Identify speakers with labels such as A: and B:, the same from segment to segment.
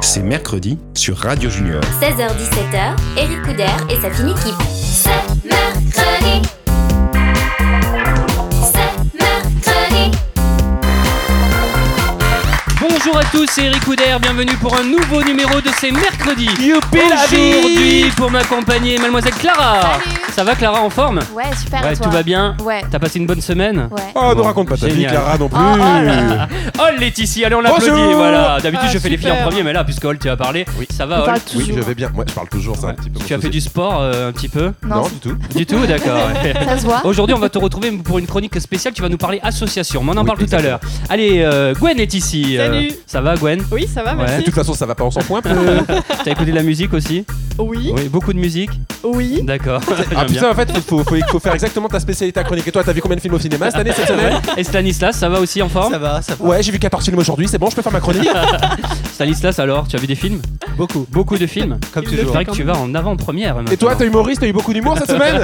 A: c'est mercredi sur Radio Junior.
B: 16h-17h, Eric Couder et sa fine équipe. C'est mercredi. C'est mercredi.
C: Bonjour à tous, c'est Eric Couder, bienvenue pour un nouveau numéro de ces mercredis.
D: Youpi la vie
C: Aujourd'hui, pour m'accompagner, mademoiselle Clara. Ça va Clara en forme
E: Ouais, super.
C: Ouais,
E: et toi
C: tout va bien
E: Ouais.
C: T'as passé une bonne semaine
E: Ouais.
D: Oh,
C: Bon,
D: ne raconte pas ta vie,
C: génial.
D: Clara, non plus.
E: Oh, oh là
C: Oh Laetitia, allez on l'applaudit,
D: Bonjour
C: voilà. D'habitude je fais les filles en
E: Ah, super.
C: premier, mais là puisque Ol tu as parlé, ça va
E: On
C: Ol
E: parle
D: oui,
E: toujours.
D: je vais bien. Ouais, je parle toujours, ça, un petit peu.
C: Tu as
D: mon
C: fait
D: souci.
C: du sport euh, un petit peu
E: Non,
D: Non, du tout.
C: Du tout, d'accord. ouais.
E: ça se voit.
C: Aujourd'hui, on va te retrouver pour une chronique spéciale. Tu vas nous parler association. mais On en
D: Oui,
C: parle tout à
D: exactement.
C: l'heure. Allez, euh, Gwen est ici. Euh,
F: Salut.
C: ça va, Gwen
F: Oui, ça va,
C: Ouais,
D: De
F: merci.
D: toute façon, ça va pas Euh, en 100 points. peu.
C: T'as écouté de la musique aussi
F: Oui,
C: Oui, beaucoup de musique.
F: oui.
C: D'accord.
D: Ah
C: J'aime bien.
D: putain, en fait, faut, faut, faut- faut faire exactement ta spécialité ta chronique. Et toi, t'as vu combien de films au cinéma cette année, cette semaine
C: Et Stanislas, ça va aussi en forme
G: Ça va, ça va.
D: Ouais, j'ai vu 14 films aujourd'hui, c'est bon, je peux faire ma chronique
C: Stanislas, alors, tu as vu des films
G: Beaucoup.
C: Beaucoup de films.
G: Comme
C: C'est
G: toujours.
C: vrai que tu vas en avant-première.
D: Et toi,
C: maintenant.
D: t'es humoriste, t'as eu beaucoup d'humour cette semaine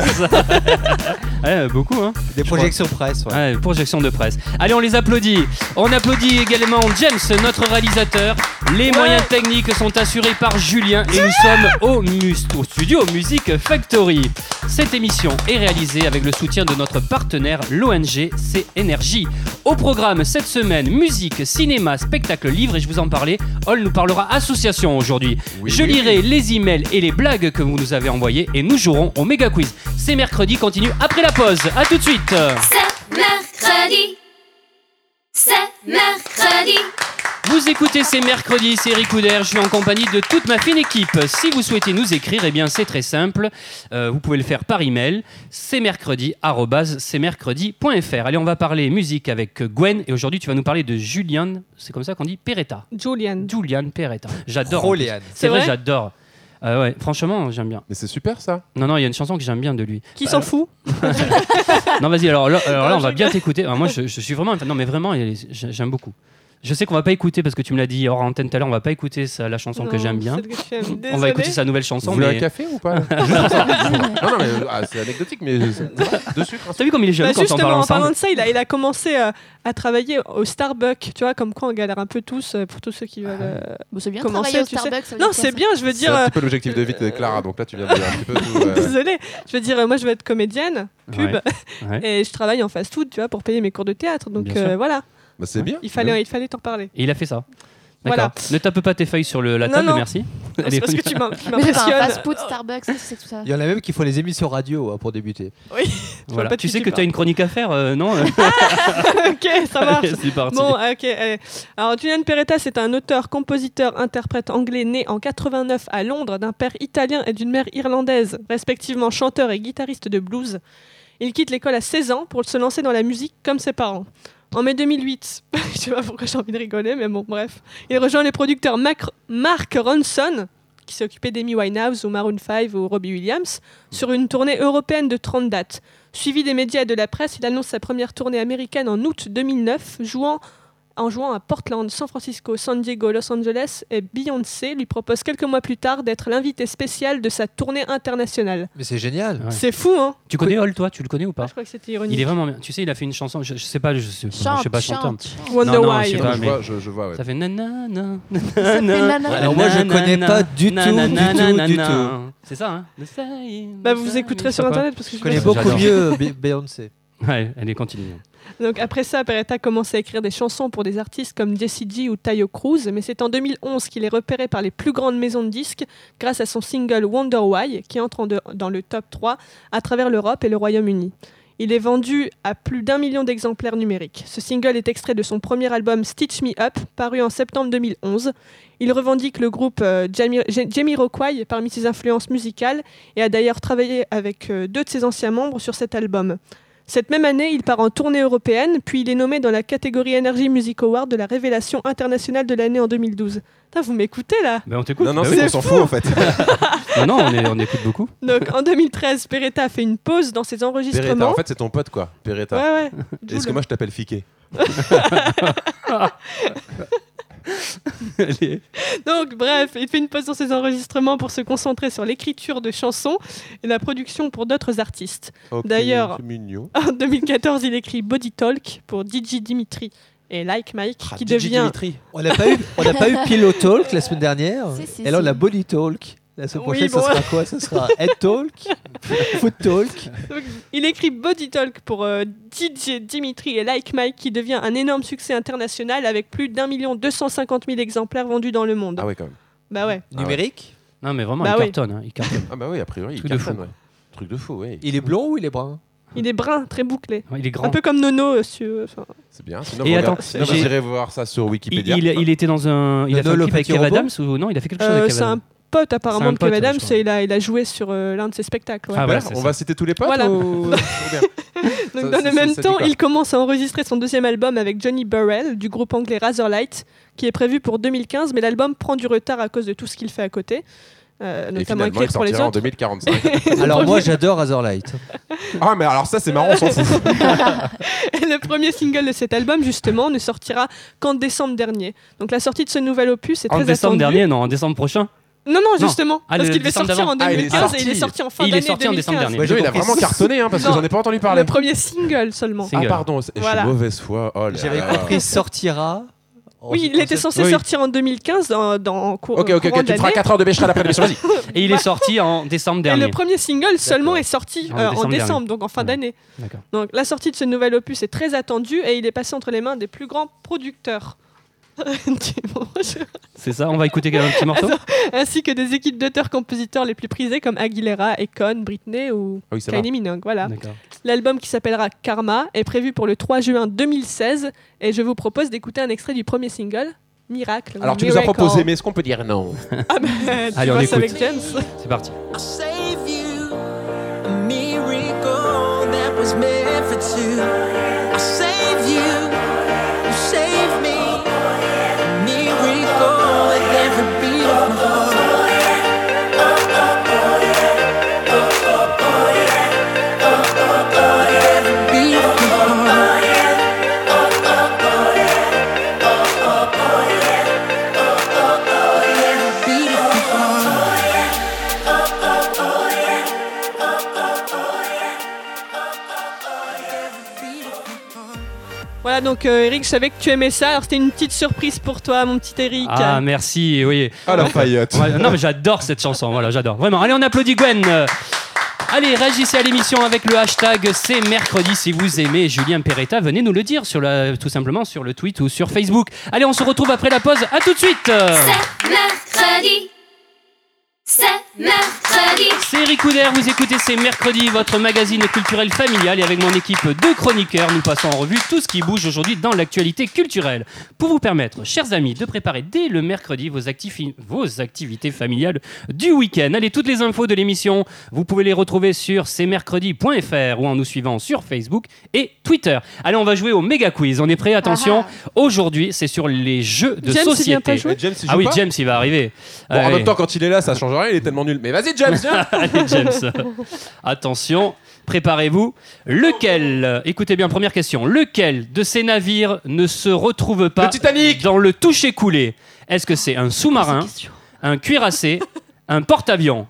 C: Ouais, beaucoup, hein
G: Des projections presse, ouais.
C: Ouais, Ah, projection de presse. Allez, on les applaudit. On applaudit également James, notre réalisateur. Les moyens techniques sont assurés par Julien et nous sommes au, mus- au studio Music Factory. Cette émission est réalisée avec le soutien de notre partenaire, l'ONG C'est Énergie. Au programme cette semaine, musique, cinéma, spectacle, livre et je vous en parlais. Hall nous parlera association aujourd'hui. je lirai les emails et les blagues que vous nous avez envoyés et nous jouerons au méga quiz. C'est mercredi, continue après la pause. À tout de suite.
B: C'est mercredi. C'est mercredi.
C: Vous écoutez, c'est mercredi, c'est Eric Couder, je suis en compagnie de toute ma fine équipe. Si vous souhaitez nous écrire, eh bien c'est très simple, Euh, vous pouvez le faire par email, c'est mercredi, arrobase, c'est mercredi.fr. Allez, on va parler musique avec Gwen, et aujourd'hui tu vas nous parler de Julian, c'est comme ça qu'on dit, Peretta.
F: Julian.
C: Julian Peretta, j'adore.
G: Pro,
C: en plus.
G: Léane.
C: C'est
F: C'est
C: vrai,
F: vrai
C: j'adore. Euh, ouais, franchement, j'aime bien.
D: Mais c'est super ça.
C: Non, non, il y a une chanson que j'aime bien de lui.
F: Qui s'en fout
C: Non, vas-y, alors là, alors là,
F: Non,
C: on va
F: je
C: bien t'écouter. Alors, Moi, je, je suis vraiment. un fan. Non, mais vraiment, il est- j'a- j'aime beaucoup. Je sais qu'on va pas écouter parce que tu me l'as dit hors antenne tout à l'heure, on va pas écouter ça, la chanson que
F: Non,
C: j'aime bien.
F: celle que tu aimes.
C: On va
F: Désolée.
C: écouter sa nouvelle
D: Vous
C: chanson.
D: voulez
C: mais-
D: un café ou pas Juste pour ça. Non, non, mais ah, c'est anecdotique, mais. De hein. sucre,
C: T'as vu comme il est
F: Bah,
C: jeune quand on
F: justement,
C: parle
F: en parlant
C: ensemble
F: de ça, il a, il a commencé euh, à travailler au Starbucks, tu vois, comme quoi on galère un peu tous, euh, pour tous ceux qui veulent...
C: Ah
F: euh,
E: Bon, c'est bien de
F: Comment
E: travailler au
F: c'est, tu sais
E: Starbucks. ça veut
F: Non,
E: dire quoi,
F: c'est
E: ça
F: bien, je veux
D: C'est
F: dire...
D: un
F: euh,
D: petit peu l'objectif de vie de Clara, donc là, tu viens de dire un petit peu tout. euh,
F: Désolée, je veux dire, euh, moi je veux être comédienne, pub,
C: Ouais, ouais.
F: et je travaille en fast-food, tu vois, pour payer mes cours de théâtre. Donc
C: Bien sûr.
F: euh, voilà,
D: Bah, c'est bien.
F: il fallait, il fallait t'en parler.
C: Et il a fait ça. D'accord.
F: Voilà.
C: Ne tape pas tes feuilles sur le- la
F: Non,
C: table,
F: non. Ah,
C: merci. Elle est
F: C'est parce que
C: venue.
F: tu m'im- tu
E: Mais c'est pas un
F: m'impressionnes.
E: fast-food Starbucks, c'est tout ça.
G: Il y en a même qui font les émissions radio hein, pour débuter.
F: vois
C: Voilà.
F: pas de
C: Tu
F: qui
C: sais
F: tu
C: que t'as
F: parles.
C: une chronique à faire, euh, non
F: ok, ça marche.
C: Allez, C'est parti.
F: Bon, ok. allez. Alors, Julian Peretta, c'est un auteur, compositeur, interprète anglais né en 89 à Londres, d'un père italien et d'une mère irlandaise, respectivement chanteur et guitariste de blues. Il quitte l'école à 16 ans pour se lancer dans la musique comme ses parents. En mai 2008, je sais pas pourquoi j'ai envie de rigoler, mais bon, bref, il rejoint les producteurs Mac- Mark Ronson, qui s'est occupé d'Amy Winehouse ou Maroon 5 ou Robbie Williams, sur une tournée européenne de 30 dates. Suivi des médias et de la presse, il annonce sa première tournée américaine en août 2009, jouant en jouant à Portland, San Francisco, San Diego, Los Angeles, et Beyoncé lui propose quelques mois plus tard d'être l'invité spécial de sa tournée internationale.
G: Mais c'est génial.
C: Ouais.
F: C'est fou, hein Ah,
C: Tu connais Hall, toi Tu le connais ou pas
F: Je crois que c'était ironique.
C: Il est vraiment bien. Tu sais, il a fait une chanson. Je, je sais pas, je sais, je sais
E: Chante,
C: pas chanteur.
E: chante. chante.
F: Wonder
C: Non, non,
F: Why.
C: je sais
D: Non,
C: pas.
D: je
C: mais-
D: vois, je, je vois, ouais.
C: Ça fait nanana.
E: C'est nanana.
G: Ouais. Alors moi, je connais pas du tout, du tout, du tout.
C: C'est ça, hein
F: Bah, vous écouterez sur internet parce que je
G: Je connais
C: J'adore.
G: beaucoup mieux Be- Beyoncé.
C: Ouais, allez, continue.
F: Donc après ça, Peretta commence à écrire des chansons pour des artistes comme Jesse G ou Tayo Cruz, mais c'est en 2011 qu'il est repéré par les plus grandes maisons de disques grâce à son single Wonder Why, qui entre en de- dans le top 3 à travers l'Europe et le Royaume-Uni. Il est vendu à plus d'un million d'exemplaires numériques. Ce single est extrait de son premier album Stitch Me Up, paru en septembre 2011. Il revendique le groupe euh, Jamie Ja- Jamiroquai parmi ses influences musicales et a d'ailleurs travaillé avec euh, deux de ses anciens membres sur cet album. Cette même année, il part en tournée européenne, puis il est nommé dans la catégorie Energy Music Award de la révélation internationale de l'année en 2012. Putain, vous m'écoutez là
C: Bah, on t'écoute.
D: Non, non,
C: Bah
D: c'est
C: oui.
D: qu'on s'en fout en fait.
C: non, non, on, est- on écoute beaucoup.
F: Donc en 2013, Peretta a fait une pause dans ses
D: Peretta,
F: enregistrements.
D: en fait, c'est ton pote quoi. Peretta.
F: ouais, ouais.
D: Est-ce que moi je t'appelle Fiquet
C: Allez.
F: Donc bref, il fait une pause dans ses enregistrements pour se concentrer sur l'écriture de chansons et la production pour d'autres artistes.
D: Ok,
F: D'ailleurs- Ah.
D: c'est mignon.
F: En 2014, il écrit Body Talk pour DJ Dimitri et Like Mike
D: Ah,
F: qui
D: DJ
F: devient
D: Dimitri.
G: On n'a pas eu, on n'a pas eu Pillow Talk la semaine dernière.
E: Si, si,
G: et là, on
E: si.
G: a Body Talk. La semaine
F: Oui,
G: prochaine,
F: bon.
G: ça sera quoi Ça sera Head Talk, Foot
D: Ah
G: Talk.
F: Il écrit Body Talk pour euh, DJ Dimitri et Like Mike qui devient un énorme succès international avec plus d'un million deux cent cinquante mille exemplaires vendus dans le monde.
D: Ah ouais, quand même.
F: Bah ouais.
D: Ah ouais.
G: Numérique.
C: Non, mais vraiment,
F: Bah
C: il
F: oui.
C: cartonne. hein, il cartonne.
D: Ah bah oui, a priori, il
C: Truc de
D: cartonne,
C: fou.
D: ouais. Truc de fou, oui.
G: Il est blond ou il est brun
F: Il est brun, très bouclé.
C: Il est
F: Un
C: grand.
F: peu comme Nono. euh, sur- euh, enfin,
D: C'est bien. Sinon,
C: Et
D: regarde-
C: attends,
D: sinon,
C: j'ai-
D: vous irez voir ça sur
C: Il,
D: Wikipédia.
C: il- il était dans un. Il a
G: Nono
C: fait un clip avec
G: Lopez
C: Kev
G: Turbo
C: Adams ou non Il a fait quelque chose
F: euh,
C: avec Kev
F: c'est un
C: Adams.
F: pote apparemment
C: un
F: de
C: pote,
F: Kev
C: ouais, je
F: Adams
C: crois.
F: et il a, il a joué sur euh, l'un de ses spectacles. ouais.
C: Ah, voilà,
D: Super,
C: c'est
D: on
C: ça.
D: va citer tous les potes
F: Voilà.
D: ou- Ou bien
F: Donc,
D: Ça,
F: dans
D: c'est-
F: le même
D: ça dit
F: temps,
D: quoi
F: il commence à enregistrer son deuxième album avec Johnny Burrell du groupe anglais Razorlight, qui est prévu pour 2015, mais l'album prend du retard à cause de tout ce qu'il fait à côté, euh,
D: Et
F: notamment
D: finalement, il
F: écrire pour les
D: sortira en
F: autres.
D: 2045.
G: Alors moi, j'adore Razorlight.
D: ah, mais alors ça, c'est marrant, on s'en fout.
F: le premier single de cet album, justement, ne sortira qu'en décembre dernier. Donc la sortie de ce nouvel opus est
C: En
F: très
C: décembre
F: attendue.
C: dernier, non, en décembre prochain.
F: Non, non, justement,
C: Ah, le
F: parce qu'il devait
C: décembre
F: sortir en
D: d'avant. Ah, il est
F: 2015 et il est
D: sorti.
F: sorti en fin
C: Et il est
F: d'année
C: sorti en
F: 2015.
C: décembre dernier.
G: Ouais, j'ai
D: il a
G: compris.
D: vraiment cartonné, hein, parce que
F: Non.
D: j'en ai pas entendu
F: Le
D: parler.
F: premier single seulement.
D: Ah,
C: Single.
D: pardon, c'est- je
F: Voilà.
D: suis mauvaise foi. Oh, là
G: J'avais
D: là.
G: compris sortira. en-
F: Oui, il
G: en-
F: était censé
D: Oui.
F: sortir en 2015 dans, dans en cours.
D: Ok, ok, ok, tu me feras 4 heures de bécherel après l'émission, vas-y.
C: Et il est sorti en décembre
F: Et
C: dernier.
F: le premier single seulement est sorti
C: En
F: euh, en
C: décembre Mm.
F: décembre, donc en fin
C: Ouais.
F: d'année.
C: D'accord.
F: Donc la sortie de ce nouvel opus est très attendue et il est passé entre les mains des plus grands producteurs. du monde,
C: C'est ça, on va écouter un petit morceau.
F: Ainsi que des équipes d'auteurs-compositeurs les plus prisées comme Aguilera, Econ, Britney ou
D: Ah oui, ça va.
F: Kylie Minogue. Voilà.
C: D'accord.
F: L'album qui s'appellera Karma est prévu pour le 3 juin 2016 et je vous propose d'écouter un extrait du premier single, Miracle. ou
D: Alors, tu nous as
F: Miracle.
D: proposé, mais est-ce qu'on peut dire non
F: Ah ben, tu
C: Allez, on
F: vois, c'est
C: écoute.
F: avec James.
C: C'est parti.
H: I'll save you. A miracle that was meant for two. I'll save you. You save me. A miracle that never before. Never before. Never before.
F: Voilà, donc euh, Eric, je savais que tu aimais ça. Alors, c'était une petite surprise pour toi, mon petit Eric.
C: Ah, merci, oui.
D: Ah, la paillotte.
C: Ouais, non, mais j'adore cette chanson, voilà, j'adore. Vraiment. Allez, on applaudit Gwen. Euh, Allez, réagissez à l'émission avec le hashtag C'est mercredi. Si vous aimez Julien Peretta, venez nous le dire sur la, tout simplement sur le tweet ou sur Facebook. Allez, on se retrouve après la pause. À tout de suite.
B: C'est mercredi. C'est mercredi.
C: C'est Eric Couder, vous écoutez C'est mercredi, votre magazine culturel familial. Et avec mon équipe de chroniqueurs, nous passons en revue tout ce qui bouge aujourd'hui dans l'actualité culturelle. Pour vous permettre, chers amis, de préparer dès le mercredi vos, actifi- vos activités familiales du week-end. Allez, toutes les infos de l'émission, vous pouvez les retrouver sur cmercredi.fr ou en nous suivant sur Facebook et Twitter. Allez, on va jouer au méga quiz. On est prêt, attention. Aujourd'hui, c'est sur les jeux de
F: Ah James, il vient
C: société.
F: pas jouer
D: Mais James, il joue
C: ah oui,
D: pas
C: James, il va arriver.
D: Bon,
C: Ah
D: en
C: oui.
D: même temps, quand il est là, ça change rien, il est tellement nul. Mais vas-y, James, viens
C: Allez, James. Attention, préparez-vous. Lequel, écoutez bien, première question, lequel de ces navires ne se retrouve pas
D: Le Titanic
C: dans le toucher coulé Est-ce que c'est un sous-marin,
E: Question.
C: un cuirassé, un porte-avions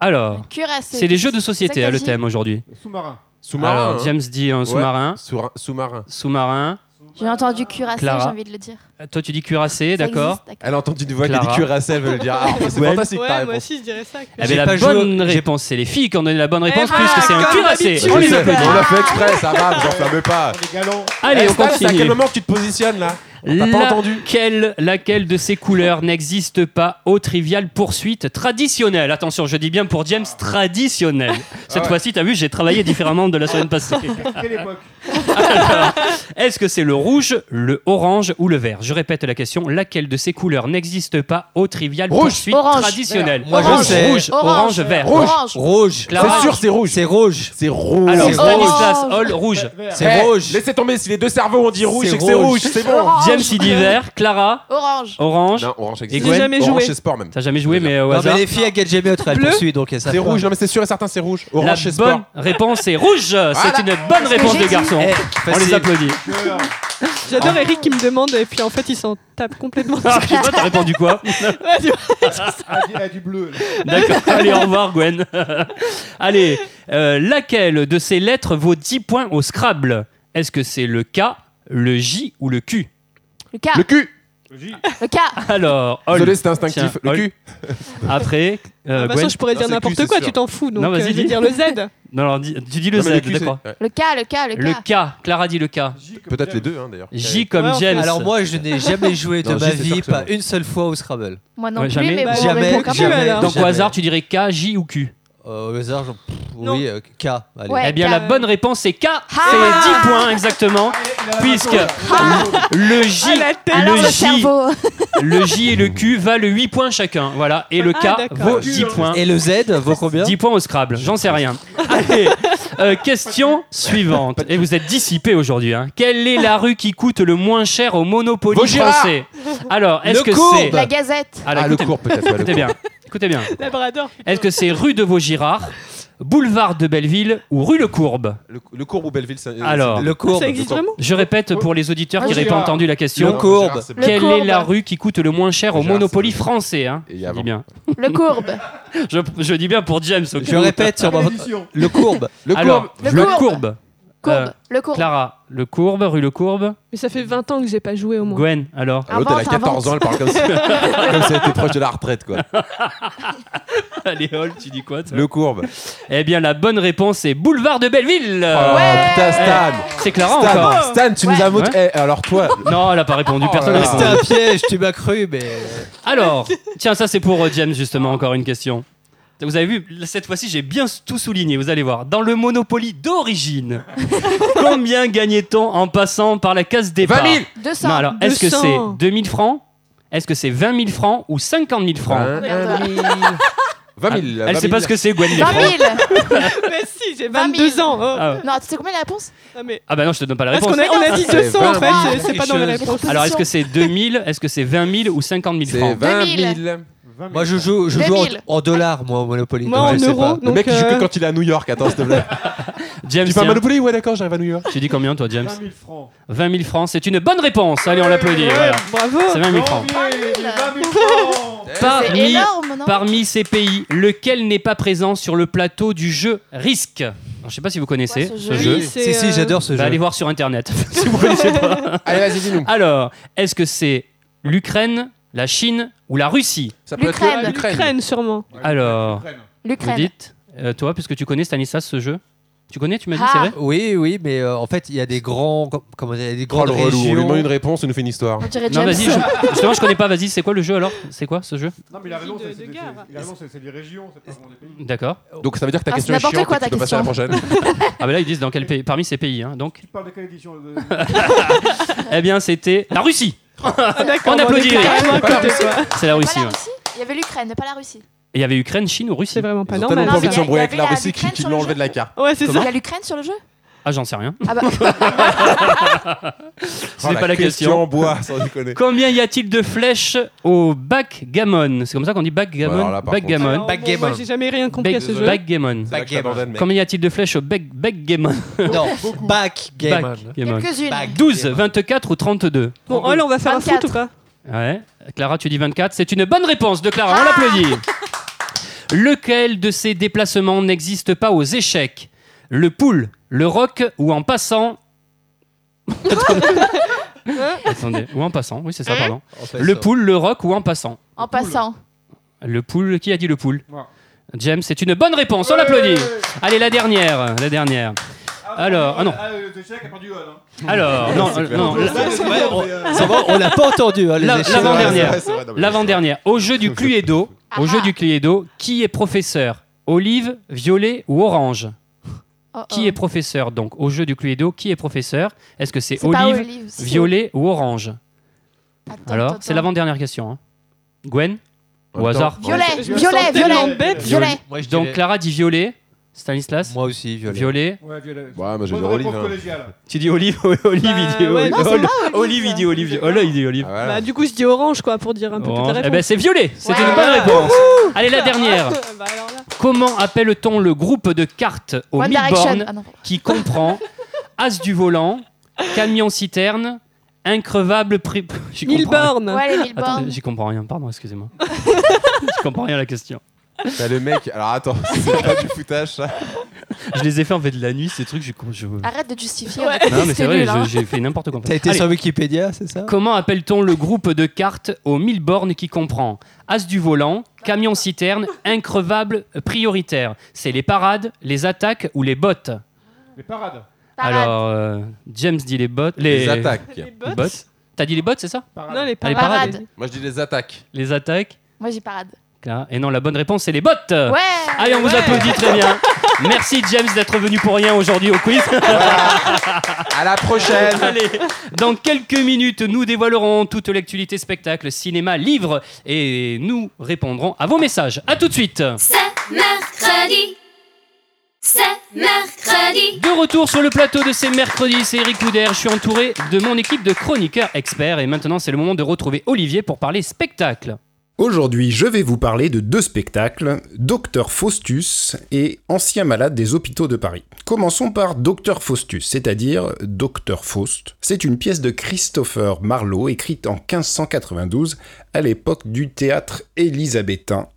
C: Alors,
E: Cuirassé.
C: c'est les jeux de société
E: C'est ça que
C: hein, le
E: j'ai
C: thème aujourd'hui.
I: Sous-marin.
D: Sous-marin.
C: Alors,
D: hein.
C: James dit un
D: Ouais.
C: sous-marin,
D: Sous- Sous-marin.
C: sous-marin.
E: J'ai entendu cuirassé, j'ai
C: Clara.
E: envie de le dire.
C: Toi, tu dis cuirassé,
E: Ça
C: d'accord
E: existe, d'accord.
D: Elle a entendu une voix qui
C: Clara.
D: dit cuirassé, elle veut le dire. Ah, c'est
G: Ouais.
D: fantastique, ta
F: Ouais, moi
D: réponse.
F: aussi, je dirais ça. que-
C: Eh
G: J'ai
C: bien, la
G: pas joué au-
C: bonne
G: j'ai-
C: réponse, c'est les filles qui ont donné la bonne réponse,
F: Eh
C: puisque
F: ben,
C: c'est un
F: comme
C: cuirassé.
F: d'habitude.
C: On
D: Je
C: les
D: sais,
C: applaudit.
D: On l'a fait exprès, ça va, vous enflammez pas.
I: Les galons.
C: Allez,
D: Eh,
C: on
D: Stan, c'est
C: continue.
D: à quel moment que tu te positionnes là T'as pas entendu
C: Laquelle, laquelle de ces couleurs n'existe pas aux triviales poursuites traditionnelles Attention, je dis bien pour James traditionnel. Cette
D: Ah ouais.
C: fois-ci, t'as vu, j'ai travaillé différemment de la semaine passée.
I: Quelle époque
C: Alors, Est-ce que c'est le rouge, le orange ou le vert Je répète la question. Laquelle de ces couleurs n'existe pas aux triviales
D: Rouge.
C: poursuites
E: Orange.
C: traditionnelles
G: Moi, je
C: Orange,
G: sais.
C: rouge, orange, vert.
E: Orange.
G: Rouge.
C: Clara.
D: C'est sûr, c'est rouge.
G: C'est rouge.
D: C'est rouge.
C: Alors,
G: C'est
C: Stanislas, Hall, rouge.
I: Vert.
G: C'est
J: oh,
D: Eh,
G: rouge.
D: Laissez tomber, si les deux cerveaux ont dit rouge,
G: C'est
D: c'est que c'est
G: rouge.
D: rouge, c'est bon.
C: James, il dit vert. Clara,
E: Orange.
C: orange.
D: Non, orange
C: Et
D: existe.
C: Gwen
F: jamais
D: Orange,
F: joué.
D: c'est sport même.
C: T'as jamais joué, mais euh, au
G: Non, mais
C: hasard.
G: les filles à quel jamais autre, elles
F: Bleu.
G: poursuivent donc elles savent
D: C'est
G: pas.
D: rouge, non mais c'est sûr et certain, c'est rouge.
C: La
D: Orange, c'est sport.
C: bonne réponse est rouge. C'est une bonne réponse
E: j'ai
C: de
E: dit.
C: garçon.
G: Eh,
C: On les
G: facile.
C: applaudit.
I: Cœur.
F: J'adore Eric qui me demande, et puis en fait, il s'en tape complètement.
C: Ah, je sais pas, t'as répondu quoi
F: Ouais, tu vois.
I: Ah, du- ah, du bleu. là.
C: D'accord, allez, au revoir, Gwen. allez, euh, laquelle de ces lettres vaut 10 points au Scrabble Est-ce que c'est le K, le J ou le Q
E: Le cas.
D: Le cul
E: Le cas.
C: Alors, Ol.
D: Désolé, c'était instinctif.
C: Tiens,
D: Le
C: Ol.
D: cul
C: Après, euh,
F: De toute
C: Gwen.
F: façon, bah je pourrais
D: Non,
F: dire
D: c'est cul,
F: n'importe
D: c'est
F: quoi,
D: sûr.
F: tu t'en fous. Donc,
C: Non,
F: euh,
C: vas-y,
F: je vais
C: dis.
F: dire le Z.
C: Non, alors, dis- tu dis le
D: Non, mais
C: Z,
D: cul, c'est-
C: d'accord.
D: ouais.
E: Le cas, le cas, le
C: Le
E: cas.
C: K, Clara dit le K.
D: Peut-être les deux, hein, d'ailleurs.
C: J comme
F: Ouais, en fait,
C: James.
G: Alors moi, je n'ai jamais joué de
D: Non,
G: ma
D: j'étais sûr
G: vie,
D: que ça
G: pas
D: va.
G: une seule fois au Scrabble.
E: Moi non
C: Ouais,
E: plus,
C: jamais.
E: mais
F: Bah,
E: bon, on répond
G: jamais,
E: quand
F: jamais.
E: même.
J: hein.
F: alors.
C: Donc au
G: Jamais.
C: hasard, tu dirais K, J ou Q
G: Euh, Au hasard, genre, pff,
F: Non.
G: oui, euh, K. Allez.
E: Ouais.
C: Eh bien,
E: K.
C: la bonne réponse, c'est K.
E: Ah.
C: C'est 10 points exactement. Puisque le J,
F: Ah, la tête.
E: Alors
C: le
E: le
C: J,
E: cerveau.
C: le J et le Q valent 8 points chacun. Voilà. Et le K
F: Ah, d'accord.
C: vaut 10 points.
G: Et le Z vaut combien
C: 10 points au Scrabble, j'en sais rien. Allez, euh, question suivante. Et vous êtes dissipé aujourd'hui. Hein. Quelle est la rue qui coûte le moins cher au Monopoly
D: Vaugirard.
C: français Alors, est-ce
G: Le
C: que
G: courbe.
C: c'est.
E: La gazette.
C: Alors,
D: Ah, le
C: écoutez-
D: cours, peut-être. ouais, le
C: écoutez
D: cours.
C: bien. Écoutez bien.
F: Labrador.
C: Est-ce que c'est rue de Vaugirard, boulevard de Belleville ou rue Le Courbe
D: Le, le courbe ou Belleville c'est-
C: Alors.
G: Le courbe.
F: Ça existe
D: Le
F: vraiment
C: Je répète pour les auditeurs qui n'auraient pas
I: Vaugirard.
C: entendu la question.
G: Le
D: Non,
G: courbe.
D: Gérard, c'est
E: Le-
D: bien.
C: Quelle est la
E: courbe.
C: rue qui coûte le moins cher au
D: Vaugirard,
C: Monopoly
D: c'est- Ah
C: français hein
D: Et il y
C: je,
D: a
C: dis
D: vingt.
C: bien.
E: Le courbe.
C: Je, je dis bien pour James. au
G: Je
C: cas où.
G: répète sur ma...
I: L'édition.
G: Le courbe.
D: Le courbe
C: Alors,
E: Le
C: le
E: courbe.
C: courbe.
E: Courbe.
C: Euh,
E: le courbe.
C: Clara, le courbe, rue le courbe.
F: Mais ça fait 20 ans que j'ai pas joué au moins.
C: Gwen, alors
E: Invente,
D: L'autre, elle a 14 ans, elle parle comme ça. comme si elle était proche de la retraite, quoi.
C: Allez, Hall, tu dis quoi toi
D: Le courbe.
C: Eh bien, la bonne réponse est boulevard de Belleville
D: Oh,
E: Ouais.
D: putain, Stan.
C: C'est Clara
D: Stan,
C: encore
D: Stan, tu nous
E: Ouais.
D: as montré. Eh, alors, toi,
C: Non, elle n'a pas répondu,
D: Oh
C: personne n'a
D: là
G: C'était
C: répondu.
G: un piège, tu m'as cru, mais... euh,
C: Alors, tiens, ça c'est pour euh, James, justement, encore une question. Vous avez vu, cette fois-ci, j'ai bien tout souligné, vous allez voir. Dans le Monopoly d'origine, combien gagnait-on en passant par la case départ
D: 20 000
E: 200.
C: Non, alors, est-ce que
F: 200.
C: c'est 2000 francs Est-ce que c'est 20 000 francs ou 50 000 francs
E: Euh,
G: Ah,
D: 20 000.
C: Ah, Elle sait pas ce que c'est, Gwen. les
E: 20
C: francs.
E: 000.
F: Mais si, j'ai
E: 20 000.
F: 22 ans. oh.
C: Ah,
E: Non, tu sais combien la réponse
F: Ah, mais-
C: Ah bah non, je te donne pas la
F: Parce
C: réponse.
F: qu'on a, on a dit
D: C'est
F: 200 en fait,
D: 20
F: c'est- c'est pas dans les
G: quelque
F: réponses.
C: Alors, est-ce que c'est 2000 Est-ce que c'est 20 000 ou 50 000
D: C'est
C: francs
D: 20
E: 20
D: 000.
G: Moi, je joue, je
E: 2000.
G: joue en, en dollars, moi, au Monopoly.
F: Moi,
G: donc
F: en
G: je sais
F: euros,
G: pas.
D: Le
F: Donc,
D: mec, il joue
F: euh,
D: que quand il est à New York. Attends, s'il te plaît.
C: James,
D: Tu fais un
C: tiens,
D: Monopoly Ouais, d'accord, j'arrive à New York.
C: tu dis combien toi, James
I: 20 000 francs.
C: 20 000 francs, c'est une bonne réponse. Allez, on l'applaudit. voilà.
F: Bravo.
C: C'est 20 000 francs.
I: Janvier, les 20 000 francs.
E: C'est
C: Parmi,
E: énorme, hein. non
C: parmi ces pays, lequel n'est pas présent sur le plateau du jeu Risque Alors, Je ne sais pas si vous connaissez
E: Ouais, ce
C: ce
E: jeu.
C: jeu.
F: Oui, c'est,
G: Si, si,
F: euh,
G: j'adore ce
C: Bah,
G: jeu.
C: allez voir sur internet si vous connaissez pas.
D: Allez, vas-y, dis-nous.
C: Alors, est-ce que c'est l'Ukraine, la Chine ou la Russie
D: Ça
E: L'Ukraine.
F: L'Ukraine sûrement.
C: Alors, vous
E: L'Ukraine.
C: dites, euh, toi, puisque tu connais Stanislas ce jeu Tu connais, tu m'as dit,
E: Ah.
C: c'est vrai
G: Oui, oui, mais euh, en fait, il y a des grands... com- Comment dire, il y a des
D: Oh,
G: grandes
D: le relou. On lui demande une
G: régions...
D: réponse, il nous fait une histoire.
E: On dirait
C: Non,
E: James.
C: vas-y, je- justement, je connais pas. Vas-y, c'est quoi le jeu alors C'est quoi ce jeu
I: Non, mais la raison,
F: De-
I: c'est-
F: de
I: c'est c'est-
F: gare.
I: la raison, c'est- c'est les régions, c'est pas vraiment des pays.
C: D'accord.
D: Donc, ça veut dire que ta
E: Ah,
D: question
E: c'est
D: est chiante.
E: n'importe quoi,
D: et que tu
E: ta
D: peux passer à la prochaine.
C: Ah, bah là, ils disent dans quel pays Parmi ces pays, hein, donc.
I: Tu parles de quelle édition de-
C: Eh bien, c'était la Russie
F: Ah, d'accord,
C: On
F: bon,
C: applaudit.
F: est carrément à côté, quoi.
C: C'est la
E: Pas
C: Russie,
E: la
C: ouais.
E: Russie Il y avait l'Ukraine, pas la Russie.
C: Et il y avait Ukraine, Chine ou Russie
F: C'est vraiment pas
D: Ils ont tellement
F: normal.
D: pas envie
E: ça.
D: de s'embrouiller avec
E: Il y
D: la
E: avait la
D: Russie
E: Ukraine
D: qu'ils
E: sur
D: l'ont
E: le
D: enlevé
E: jeu.
D: de la carte.
F: ça. Ouais, c'est
E: Il y
F: ça.
E: a l'Ukraine sur le jeu
C: Ah, j'en sais rien.
E: Ah bah,
C: Ce n'est pas la question.
D: en bois, sans déconner.
C: Combien y a-t-il de flèches au backgammon C'est comme ça qu'on dit backgammon
D: Bah alors là, par
C: Backgammon.
F: Alors,
G: Backgammon.
F: bon, Moi, j'ai jamais rien compris à
C: Back-
F: ce jeu.
C: backgammon.
D: C'est la que ça bordel, mec.
C: Combien y a-t-il de flèches au back- backgammon
G: Non, back game.
C: Backgammon.
E: quelques-unes.
G: Back.
C: 12, 24 ou 32
F: Bon, Hall, on va faire un
E: 24.
F: foot ou pas
C: Ouais. Clara, tu dis 24. C'est une bonne réponse de Clara. On l'applaudit. Lequel de ces déplacements n'existe pas aux échecs Le pool, le roc ou en passant Attendez, ou en passant, oui c'est ça, pardon. Le pool, le roc ou en passant
E: En passant.
C: Le poule, qui a dit le poule
I: Moi.
C: James, c'est une bonne réponse, on l'applaudit. Allez, la dernière, la dernière. Alors, ah non.
I: Ah, euh, de Tchèque a perdu Hall, hein.
D: Ah,
C: Alors, non, euh, non, la-
G: C'est bon, on l'a pas entendu. hein, les
C: La-
G: échecs.
C: l'avant-dernière.
D: Ouais, c'est vrai, non, mais-
C: l'avant-dernière. Au jeu du Cluedo, au jeu
E: Ah.
C: du Cluedo, qui est professeur Olive, violet ou orange
E: Oh, oh.
C: Qui est professeur donc au jeu du Cluedo Qui est professeur Est-ce que c'est
E: C'est pas
C: olive,
E: Olive. c'est-
C: violet ou orange
E: Attends,
C: Alors,
E: attends,
C: c'est l'avant-dernière question. hein. Gwen, au
D: Attends.
C: hasard.
E: Violet,
F: Je
E: violet,
F: sens tellement
E: violet.
F: bête.
E: Violet.
G: Moi, je
C: Donc
G: dirais-
C: Clara dit violet, Stanislas
G: Moi aussi, violet.
C: violet.
I: Ouais, violet.
D: Ouais, moi j'ai
I: Bonne
D: le
I: réponse
D: Olive. hein.
I: collégiale.
C: Tu dis olive, olive, il dit
F: Bah, ouais,
C: olive.
E: Non, c'est pas
C: Olive, il dit olive. Oh là, il dit olive.
D: Ah, voilà.
F: Bah, du coup, je dis orange, quoi, pour dire un peu
C: Orange. Eh
F: toute la
C: ben
F: réponse.
C: c'est violet, c'est
E: Ouais. Ah.
C: une bonne réponse. Allez la dernière.
F: Bah, alors là.
C: Comment appelle-t-on le groupe de cartes au
E: One Direction.
C: mi-borne
E: Ah non,
C: qui comprend as du volant, camion citerne, increvable pri... J'y comprends
F: Mille
C: rien.
F: bornes.
E: ouais, les mille
C: Attendez,
E: bornes.
C: j'y comprends rien. Pardon, excusez-moi. Je comprends rien à la question.
D: T'as le mec. Alors attends, c'est pas du foutage ça.
C: je les ai fait en fait de la nuit, ces trucs. Je, je...
E: Arrête de justifier.
F: Ouais.
E: avec
C: Non, mais
E: tes
C: c'est vrai,
E: cellules, Ah, hein.
C: je- j'ai fait n'importe quoi.
G: T'as été
C: Allez,
G: sur Wikipédia, c'est ça
C: Comment appelle-t-on le groupe de cartes aux 1000 bornes qui comprend As du volant, camion citerne, increvable prioritaire C'est les parades, les attaques ou les bottes
I: Les parades.
E: Parade.
C: Alors, euh, James dit les bottes. Les,
D: Les attaques.
F: Les
C: les
F: bottes
C: bottes. T'as dit les bottes, c'est ça
I: parades.
F: Non, les
C: Ah, les
F: parades.
C: parades.
D: Moi, je dis les attaques.
C: Les attaques.
E: Moi j'ai parade.
C: Là. Et non, la bonne réponse, c'est les bottes
E: Ouais.
C: Allez, on vous
F: Ouais.
C: applaudit très bien. Merci James d'être venu pour rien aujourd'hui au quiz.
D: À la prochaine.
C: Allez, dans quelques minutes, nous dévoilerons toute l'actualité spectacle, cinéma, livre et nous répondrons à vos messages. À tout de suite.
B: C'est mercredi. C'est mercredi.
C: De retour sur le plateau de ces mercredis, c'est Eric Couder. Je suis entouré de mon équipe de chroniqueurs experts et maintenant c'est le moment de retrouver Olivier pour parler spectacle.
A: Aujourd'hui, je vais vous parler de deux spectacles, Docteur Faustus et Ancien malade des hôpitaux de Paris. Commençons par Docteur Faustus, c'est-à-dire Docteur Faust. C'est une pièce de Christopher Marlowe écrite en 1592 à l'époque du théâtre élisabétain.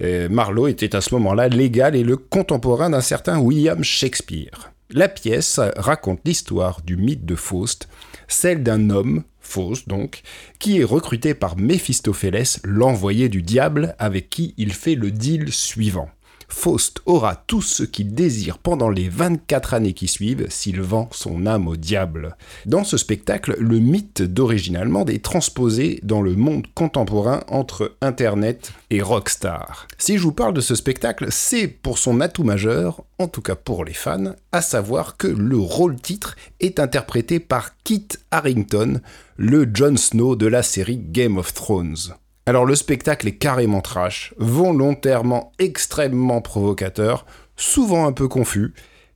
A: Euh, Marlowe était à ce moment-là l'égal et le contemporain d'un certain William Shakespeare. La pièce raconte l'histoire du mythe de Faust, celle d'un homme, Faust donc, qui est recruté par Méphistophélès, l'envoyé du diable, avec qui il fait le deal suivant. Faust aura tout ce qu'il désire pendant les 24 années qui suivent s'il vend son âme au diable. Dans ce spectacle, le mythe d'origine allemande est transposé dans le monde contemporain entre Internet et Rockstar. Si je vous parle de ce spectacle, c'est pour son atout majeur, en tout cas pour les fans, à savoir que le rôle-titre est interprété par Kit Harrington, le Jon Snow de la série Game of Thrones. Alors le spectacle est carrément trash, volontairement extrêmement provocateur, souvent un peu confus,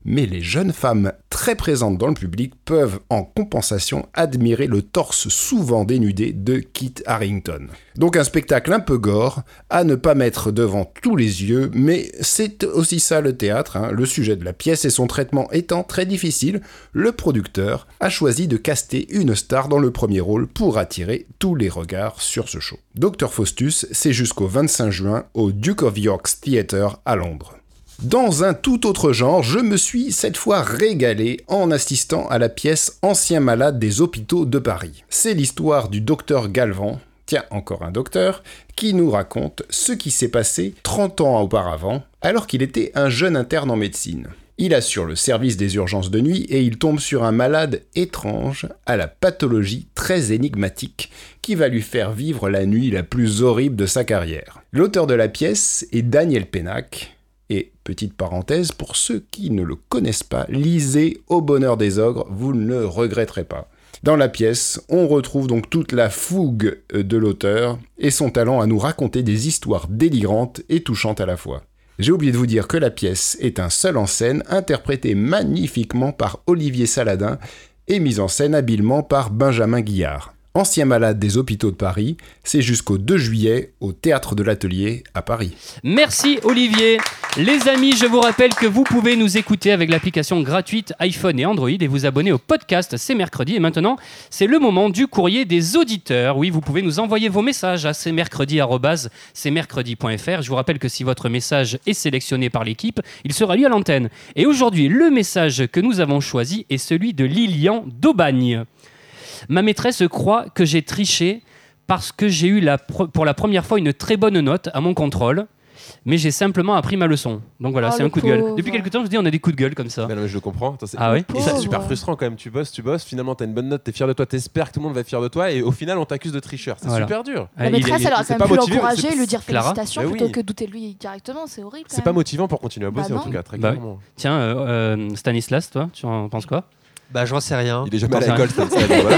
A: mais les jeunes femmes très présentes dans le public peuvent en compensation admirer le torse souvent dénudé de Kit Harrington. Donc un spectacle un peu gore, à ne pas mettre devant tous les yeux, mais c'est aussi ça le théâtre, hein. le sujet de la pièce et son traitement étant très difficile, le producteur a choisi de caster une star dans le premier rôle pour attirer tous les regards sur ce show. Dr Faustus, c'est jusqu'au 25 juin au Duke of York's Theatre à Londres. Dans un tout autre genre, je me suis cette fois régalé en assistant à la pièce Ancien malade des hôpitaux de Paris. C'est l'histoire du docteur Galvan, tiens encore un docteur, qui nous raconte ce qui s'est passé 30 ans auparavant, alors qu'il était un jeune interne en médecine. Il assure le service des urgences de nuit et il tombe sur un malade étrange à la pathologie très énigmatique qui va lui faire vivre la nuit la plus horrible de sa carrière. L'auteur de la pièce est Daniel Pénac, et petite parenthèse, pour ceux qui ne le connaissent pas, lisez Au bonheur des ogres, vous ne le regretterez pas. Dans la pièce, on retrouve donc toute la fougue euh, de l'auteur et son talent à nous raconter des histoires délirantes et touchantes à la fois. J'ai oublié de vous dire que la pièce est un seul en scène interprété magnifiquement par Olivier Saladin et mise en scène habilement par Benjamin Guillard. Ancien malade des hôpitaux de Paris, c'est jusqu'au 2 juillet au Théâtre de l'Atelier à Paris.
C: Merci Olivier. Les amis, je vous rappelle que vous pouvez nous écouter avec l'application gratuite iPhone et Android et vous abonner au podcast C'est mercredi. Et maintenant, c'est le moment du courrier des auditeurs. Oui, vous pouvez nous envoyer vos messages à cmercredi.fr. Je vous rappelle que si votre message est sélectionné par l'équipe, il sera lu à l'antenne. Et aujourd'hui, le message que nous avons choisi est celui de Lilian d'Aubagne. Ma maîtresse croit que j'ai triché parce que j'ai eu la pre- pour la première fois une très bonne note à mon contrôle, mais j'ai simplement appris ma leçon. Donc voilà,
E: Oh,
C: c'est
E: le
C: un coup de gueule.
E: pauvre.
C: Depuis quelque temps, je dis on a des coups de gueule comme ça.
D: Mais non, mais je le comprends. Attends, c'est-
C: Ah ouais
D: Et ça, c'est
E: Pauvre.
D: super frustrant quand même. Tu bosses, tu bosses. Finalement, t'as une bonne note, t'es fier de toi, t'espères que tout le monde va être fier de toi, et au final, on t'accuse de tricheur. C'est
C: Voilà.
D: super dur.
E: La maîtresse, elle aurait
D: c'est
E: quand
D: pas
E: même pu
D: motivé,
E: l'encourager
D: c'est-
E: et lui dire
C: Clara
E: félicitations
D: Mais
E: plutôt
D: oui.
E: que douter de lui directement. C'est horrible. quand
D: C'est pas
E: même.
D: motivant pour continuer à
E: Bah
D: bosser, en
E: non.
D: tout cas, très
C: Bah oui.
D: clairement.
C: Tiens, euh, euh, Stanislas, toi, tu en penses quoi
G: Bah, j'en sais
J: Hein
G: rien.
D: Il est jamais à
C: Attends,
D: l'école, ça, ça, donc voilà.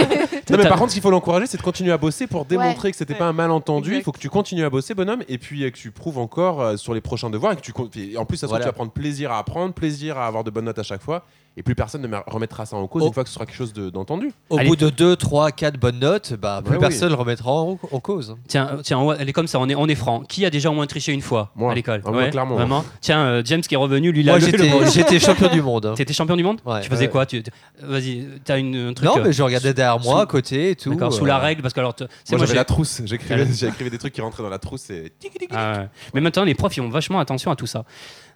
D: Non, mais par contre, ce qu'il faut l'encourager, c'est de continuer à bosser pour démontrer que c'était
F: Ouais.
D: pas un malentendu. Il
F: Exact.
D: faut que tu continues à bosser, bonhomme, et puis euh, que tu prouves encore euh, sur les prochains devoirs. Et que tu con- et en plus, ça se trouve,
G: Voilà.
D: tu vas prendre plaisir à apprendre, plaisir à avoir de bonnes notes à chaque fois. Et plus personne ne me- remettra ça en cause
J: Oh.
D: une fois que ce sera quelque chose de- d'entendu.
J: Au
D: Allez.
J: bout de 2, 3, 4 bonnes notes, bah, plus
D: Ouais, oui.
J: personne le remettra en, en cause.
C: Tiens, euh, tiens, on va- elle est comme ça, on est, on est franc. Qui a déjà au moins triché une fois à l'école
J: Ah, moi, clairement.
C: Vraiment Tiens, euh, James qui est revenu, lui, il a
J: Moi,
C: levé le
J: j'étais-
C: bras.
J: j'étais champion du monde, hein.
C: T'étais champion du monde
J: Ouais.
C: Tu faisais
J: Ouais.
C: quoi Tu- tu- Vas-y, t'as une un truc.
J: Non, mais
C: euh,
J: je regardais
C: sous-
J: derrière moi,
C: sous-
J: à côté et tout,
C: D'accord, sous
J: euh.
C: la règle, parce que alors. t- c'est
D: Moi, j'avais
C: j'ai-
D: la trousse.
C: Ah,
D: J'écrivais
C: là.
D: j'écrivais des trucs qui rentraient dans la trousse et
C: Ah ouais. Mais maintenant, les profs, ils ont vachement attention à tout ça.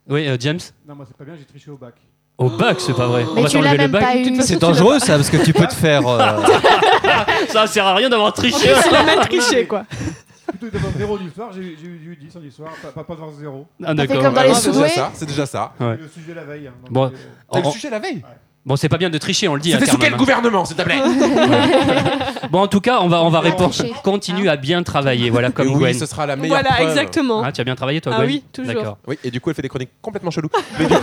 C: Oui, euh, James
I: Non, moi c'est pas bien, j'ai triché au bac.
C: Au bac, c'est pas vrai.
I: Mais tu l'as
C: s'enlever
I: même pas eu.
C: De toute façon,
J: C'est
C: tu l'as
J: dangereux,
C: pas.
J: ça, parce que tu peux te faire, euh,
C: ça sert à rien d'avoir triché.
E: En plus, il a mal triché,
I: quoi. Plutôt que d'avoir 0 du soir, j'ai eu, j'ai eu du 10 du soir, pas, pas, pas d'avoir 0.
C: Ah, d'accord. T'as fait comme dans les
D: C'est déjà
C: sous-doués.
D: ça. C'est déjà ça.
C: Ouais.
I: Le sujet la veille. hein, donc,
C: Bon,
I: euh,
C: en- en-
D: la veille
C: Bon, c'est pas bien de tricher, on le dit.
D: C'était
C: Oh. hein,
D: sous
C: quand
D: quel
C: même, hein.
D: gouvernement, s'il te plaît
C: Bon, en tout cas, on va, on va répondre.
F: tricher,
C: Continue
I: Ah.
C: à bien travailler, voilà, comme
D: Et oui,
C: Gwen.
D: ce sera la meilleure Voilà, preuve. exactement.
C: Ah, tu as bien travaillé, toi,
F: Ah
C: Gwen
F: oui, toujours.
C: D'accord.
D: Oui, et du coup, elle fait des chroniques complètement cheloues. Mais du coup-